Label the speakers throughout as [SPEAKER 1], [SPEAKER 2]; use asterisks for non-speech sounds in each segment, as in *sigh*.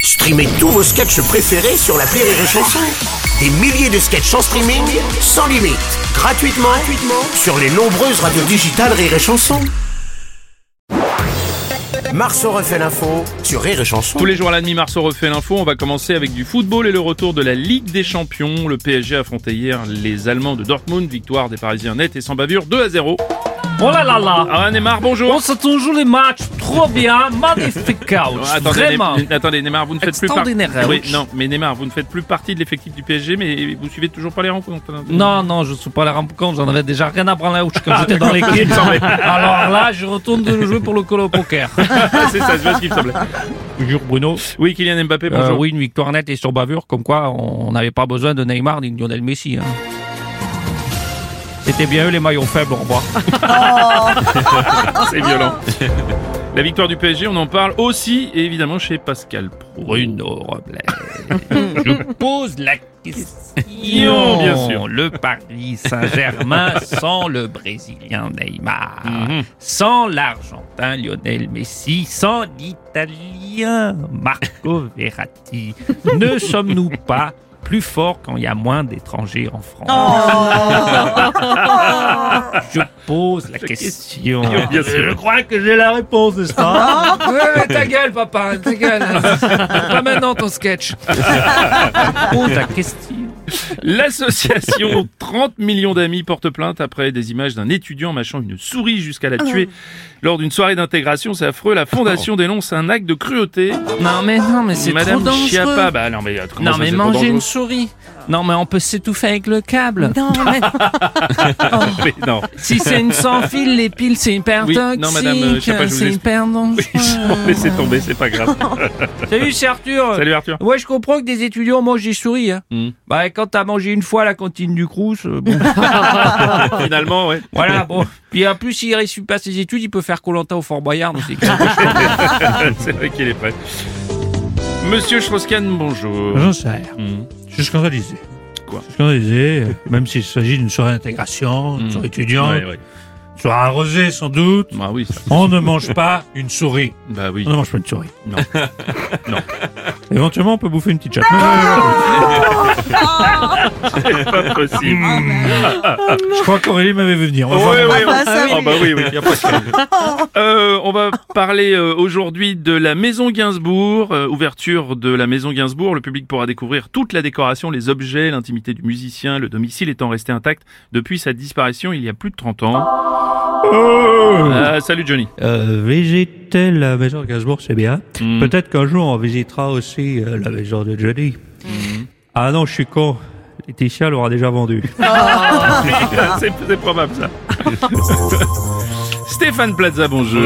[SPEAKER 1] Streamez tous vos sketchs préférés sur la Rire et Chanson. Des milliers de sketchs en streaming, sans limite, gratuitement, gratuitement sur les nombreuses radios digitales Rire et Chanson. Marceau refait l'info sur Rire et Chanson.
[SPEAKER 2] Tous les jours à la demi-marceau refait l'info. On va commencer avec du football et le retour de la Ligue des Champions. Le PSG affrontait hier les Allemands de Dortmund. Victoire des Parisiens nets et sans bavure 2 à 0.
[SPEAKER 3] Oh là là là
[SPEAKER 2] Ah Neymar, bonjour.
[SPEAKER 3] On se toujours les matchs, trop bien, magnifique couch,
[SPEAKER 2] Ah, *laughs* attendez,
[SPEAKER 3] vraiment.
[SPEAKER 2] Ne- attendez, Neymar, vous ne faites plus partie.
[SPEAKER 3] Extraordinaire,
[SPEAKER 2] Oui,
[SPEAKER 3] ouch.
[SPEAKER 2] non, mais Neymar, vous ne faites plus partie de l'effectif du PSG, mais vous suivez toujours pas les Ah, rencontres. hein. *laughs*
[SPEAKER 3] Non, non, je suis pas la rampoucante, j'en avais déjà rien à prendre la quand j'étais
[SPEAKER 2] *laughs*
[SPEAKER 3] dans l'équipe. Alors là, je retourne de jouer pour le colo poker.
[SPEAKER 2] Ah, c'est ça, je vois ce qu'il me semblait.
[SPEAKER 3] Bonjour Bruno.
[SPEAKER 2] Oui, Kylian Mbappé,
[SPEAKER 3] Euh,
[SPEAKER 2] bonjour.
[SPEAKER 3] oui, une victoire nette et sur bavure, comme quoi on n'avait pas besoin de Neymar ni de Lionel Messi. hein. C'était bien eux les maillons faibles, au revoir.
[SPEAKER 2] C'est violent.
[SPEAKER 3] Ah.
[SPEAKER 2] La victoire du PSG, on en parle aussi, et évidemment, chez Pascal Pro.
[SPEAKER 3] Bruno
[SPEAKER 2] *laughs*
[SPEAKER 3] Robles. Je pose la question.
[SPEAKER 2] Bien sûr.
[SPEAKER 3] Le Paris Saint-Germain sans le Brésilien Neymar,
[SPEAKER 2] Mhm.
[SPEAKER 3] sans l'Argentin Lionel Messi, sans l'Italien Marco Verratti.
[SPEAKER 2] *laughs*
[SPEAKER 3] ne sommes-nous pas plus forts quand il y a moins d'étrangers en France
[SPEAKER 2] Oh.
[SPEAKER 3] Je pose la question.
[SPEAKER 2] bien sûr.
[SPEAKER 3] Je crois que j'ai la réponse, n'est-ce pas Ta gueule, papa, ta gueule. Pas maintenant ton sketch. Pose la question. *laughs*
[SPEAKER 2] L'association 30 millions d'amis porte plainte après des images d'un étudiant mâchant une souris jusqu'à la tuer.
[SPEAKER 3] Ah.
[SPEAKER 2] Lors d'une soirée d'intégration, c'est affreux, la fondation dénonce un acte de cruauté.
[SPEAKER 3] Oh. Non mais non mais c'est trop
[SPEAKER 2] Madame
[SPEAKER 3] dangereux.
[SPEAKER 2] Chiappa, bah non mais comment
[SPEAKER 3] non
[SPEAKER 2] ça,
[SPEAKER 3] mais
[SPEAKER 2] c'est trop
[SPEAKER 3] manger
[SPEAKER 2] dangereux
[SPEAKER 3] une souris. Non mais on peut s'étouffer avec le câble. *laughs*
[SPEAKER 4] Non, mais
[SPEAKER 2] *laughs* Mais non.
[SPEAKER 3] Si c'est une sans fil, les piles c'est hyper
[SPEAKER 2] Oui, non,
[SPEAKER 3] toxique.
[SPEAKER 2] madame, euh, je sais pas, je vous *laughs*
[SPEAKER 3] c'est hyper dangereux.
[SPEAKER 2] Non, mais c'est tombé, c'est pas
[SPEAKER 3] *laughs*
[SPEAKER 2] grave.
[SPEAKER 3] Salut, c'est Arthur.
[SPEAKER 2] Salut Arthur.
[SPEAKER 3] Ouais, je comprends que des étudiants mangent des souris. Hein.
[SPEAKER 2] Hmm.
[SPEAKER 3] Bah quand t'as mangé une fois à la cantine du Crous,
[SPEAKER 2] *laughs*
[SPEAKER 3] euh, bon.
[SPEAKER 2] Finalement, ouais.
[SPEAKER 3] Voilà, bon. Puis en plus, s'il réussit pas ses études, il peut faire Colanta au Fort Boyard. donc c'est clair. *laughs*
[SPEAKER 2] c'est vrai qu'il est prêt. Monsieur Schroskan, bonjour.
[SPEAKER 5] J'en sais rien.
[SPEAKER 2] Mhm.
[SPEAKER 5] Je suis scandalisé.
[SPEAKER 2] Quoi
[SPEAKER 5] Je suis scandalisé, euh, *laughs* même s'il s'agit d'une soirée d'intégration, d'une
[SPEAKER 2] Mhm.
[SPEAKER 5] soirée étudiante,
[SPEAKER 2] Ouais, ouais.
[SPEAKER 5] une soirée arrosée sans doute.
[SPEAKER 2] Bah oui, ça-
[SPEAKER 5] On ne mange pas une souris.
[SPEAKER 2] bah oui.
[SPEAKER 5] On ne mange pas une souris. *laughs*
[SPEAKER 2] Non. Non.
[SPEAKER 5] Éventuellement, on peut bouffer une petite chatte. Non, *laughs* non, non, non.
[SPEAKER 2] Pas possible.
[SPEAKER 5] Je crois qu'Aurélie m'avait vu venir. On va voir.
[SPEAKER 2] Ouais, ouais,
[SPEAKER 4] bah, ça, oui.
[SPEAKER 2] Ah bah oui, oui, y a pas de problème. Euh, on va parler euh, aujourd'hui de la Maison Gainsbourg, euh, ouverture de la Maison Gainsbourg. Le public pourra découvrir toute la décoration, les objets, l'intimité du musicien, le domicile étant resté intact depuis sa disparition il y a plus de 30 ans. Ah, salut Johnny.
[SPEAKER 5] Euh, visiter la maison de Gainsbourg, c'est bien. Peut-être qu'un jour, on visitera aussi euh, la maison de Johnny. Ah non, je suis con. Laetitia l'aura déjà vendu.
[SPEAKER 2] *laughs* c'est, c'est probable ça. Stéphane Plaza, bonjour.
[SPEAKER 3] *laughs*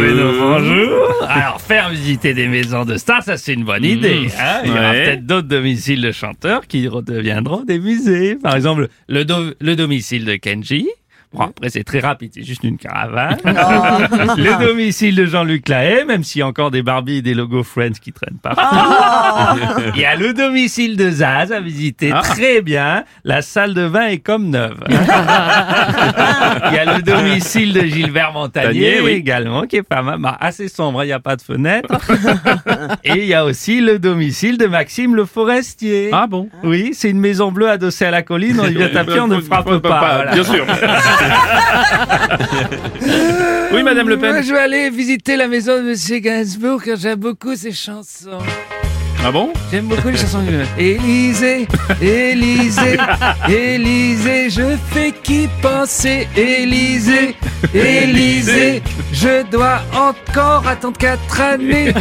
[SPEAKER 3] Alors, faire visiter des maisons de stars, ça c'est une bonne idée. hein. Il y aura
[SPEAKER 2] Ouais.
[SPEAKER 3] peut-être d'autres domiciles de chanteurs qui redeviendront des musées. Par exemple, le, do- le domicile de Kenji. Bon, après, c'est très rapide, c'est juste une caravane. le domicile de Jean-Luc Lahaye, même s'il y a encore des Barbie et des logos Friends qui traînent partout. Il y a le domicile de Zaz à visiter très bien. La salle de bain est comme neuve. Il y a le domicile de Gilbert Montagnier
[SPEAKER 2] Montagnier, oui.
[SPEAKER 3] également, qui est pas mal, bah, assez sombre, il n'y a pas de fenêtre. Et il y a aussi le domicile de Maxime le Forestier.
[SPEAKER 2] Ah bon
[SPEAKER 3] Oui, c'est une maison bleue adossée à la colline, on y
[SPEAKER 2] Eh
[SPEAKER 3] vient
[SPEAKER 2] ben, *laughs*
[SPEAKER 3] taper, on ne frappe pas. voilà.
[SPEAKER 2] Bien sûr. oui, Madame Le Pen.
[SPEAKER 6] Moi, je vais aller visiter la maison de Monsieur Gainsbourg car j'aime beaucoup ses chansons.
[SPEAKER 2] Ah bon
[SPEAKER 6] J'aime beaucoup les chansons du Élisée, Élisée, Élisée, je fais qui penser Élisée, Élisée, je dois encore attendre quatre années.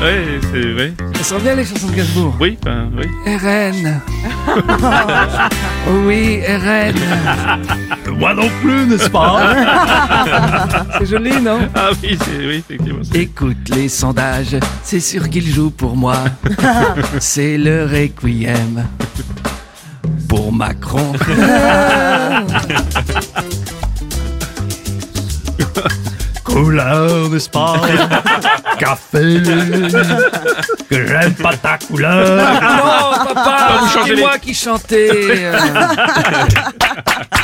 [SPEAKER 2] Oui, c'est vrai.
[SPEAKER 6] Elles sont bien les chansons de Gainsbourg.
[SPEAKER 2] Oui, ben, oui.
[SPEAKER 3] *laughs*
[SPEAKER 6] RN. Oui, RN.
[SPEAKER 3] Moi non plus, n'est-ce pas
[SPEAKER 6] *laughs* C'est joli, non
[SPEAKER 2] Ah oui, c'est oui, effectivement. c'est-
[SPEAKER 6] Écoute les sondages, c'est sûr qu'il joue pour
[SPEAKER 5] *laughs*
[SPEAKER 6] moi. c'est le requiem pour Macron.
[SPEAKER 5] *laughs* couleur, n'est-ce pas Café Que j'aime pas ta couleur
[SPEAKER 6] non, papa,
[SPEAKER 2] Ah, vous changez
[SPEAKER 6] c'est
[SPEAKER 2] les-
[SPEAKER 6] moi qui chantais. euh.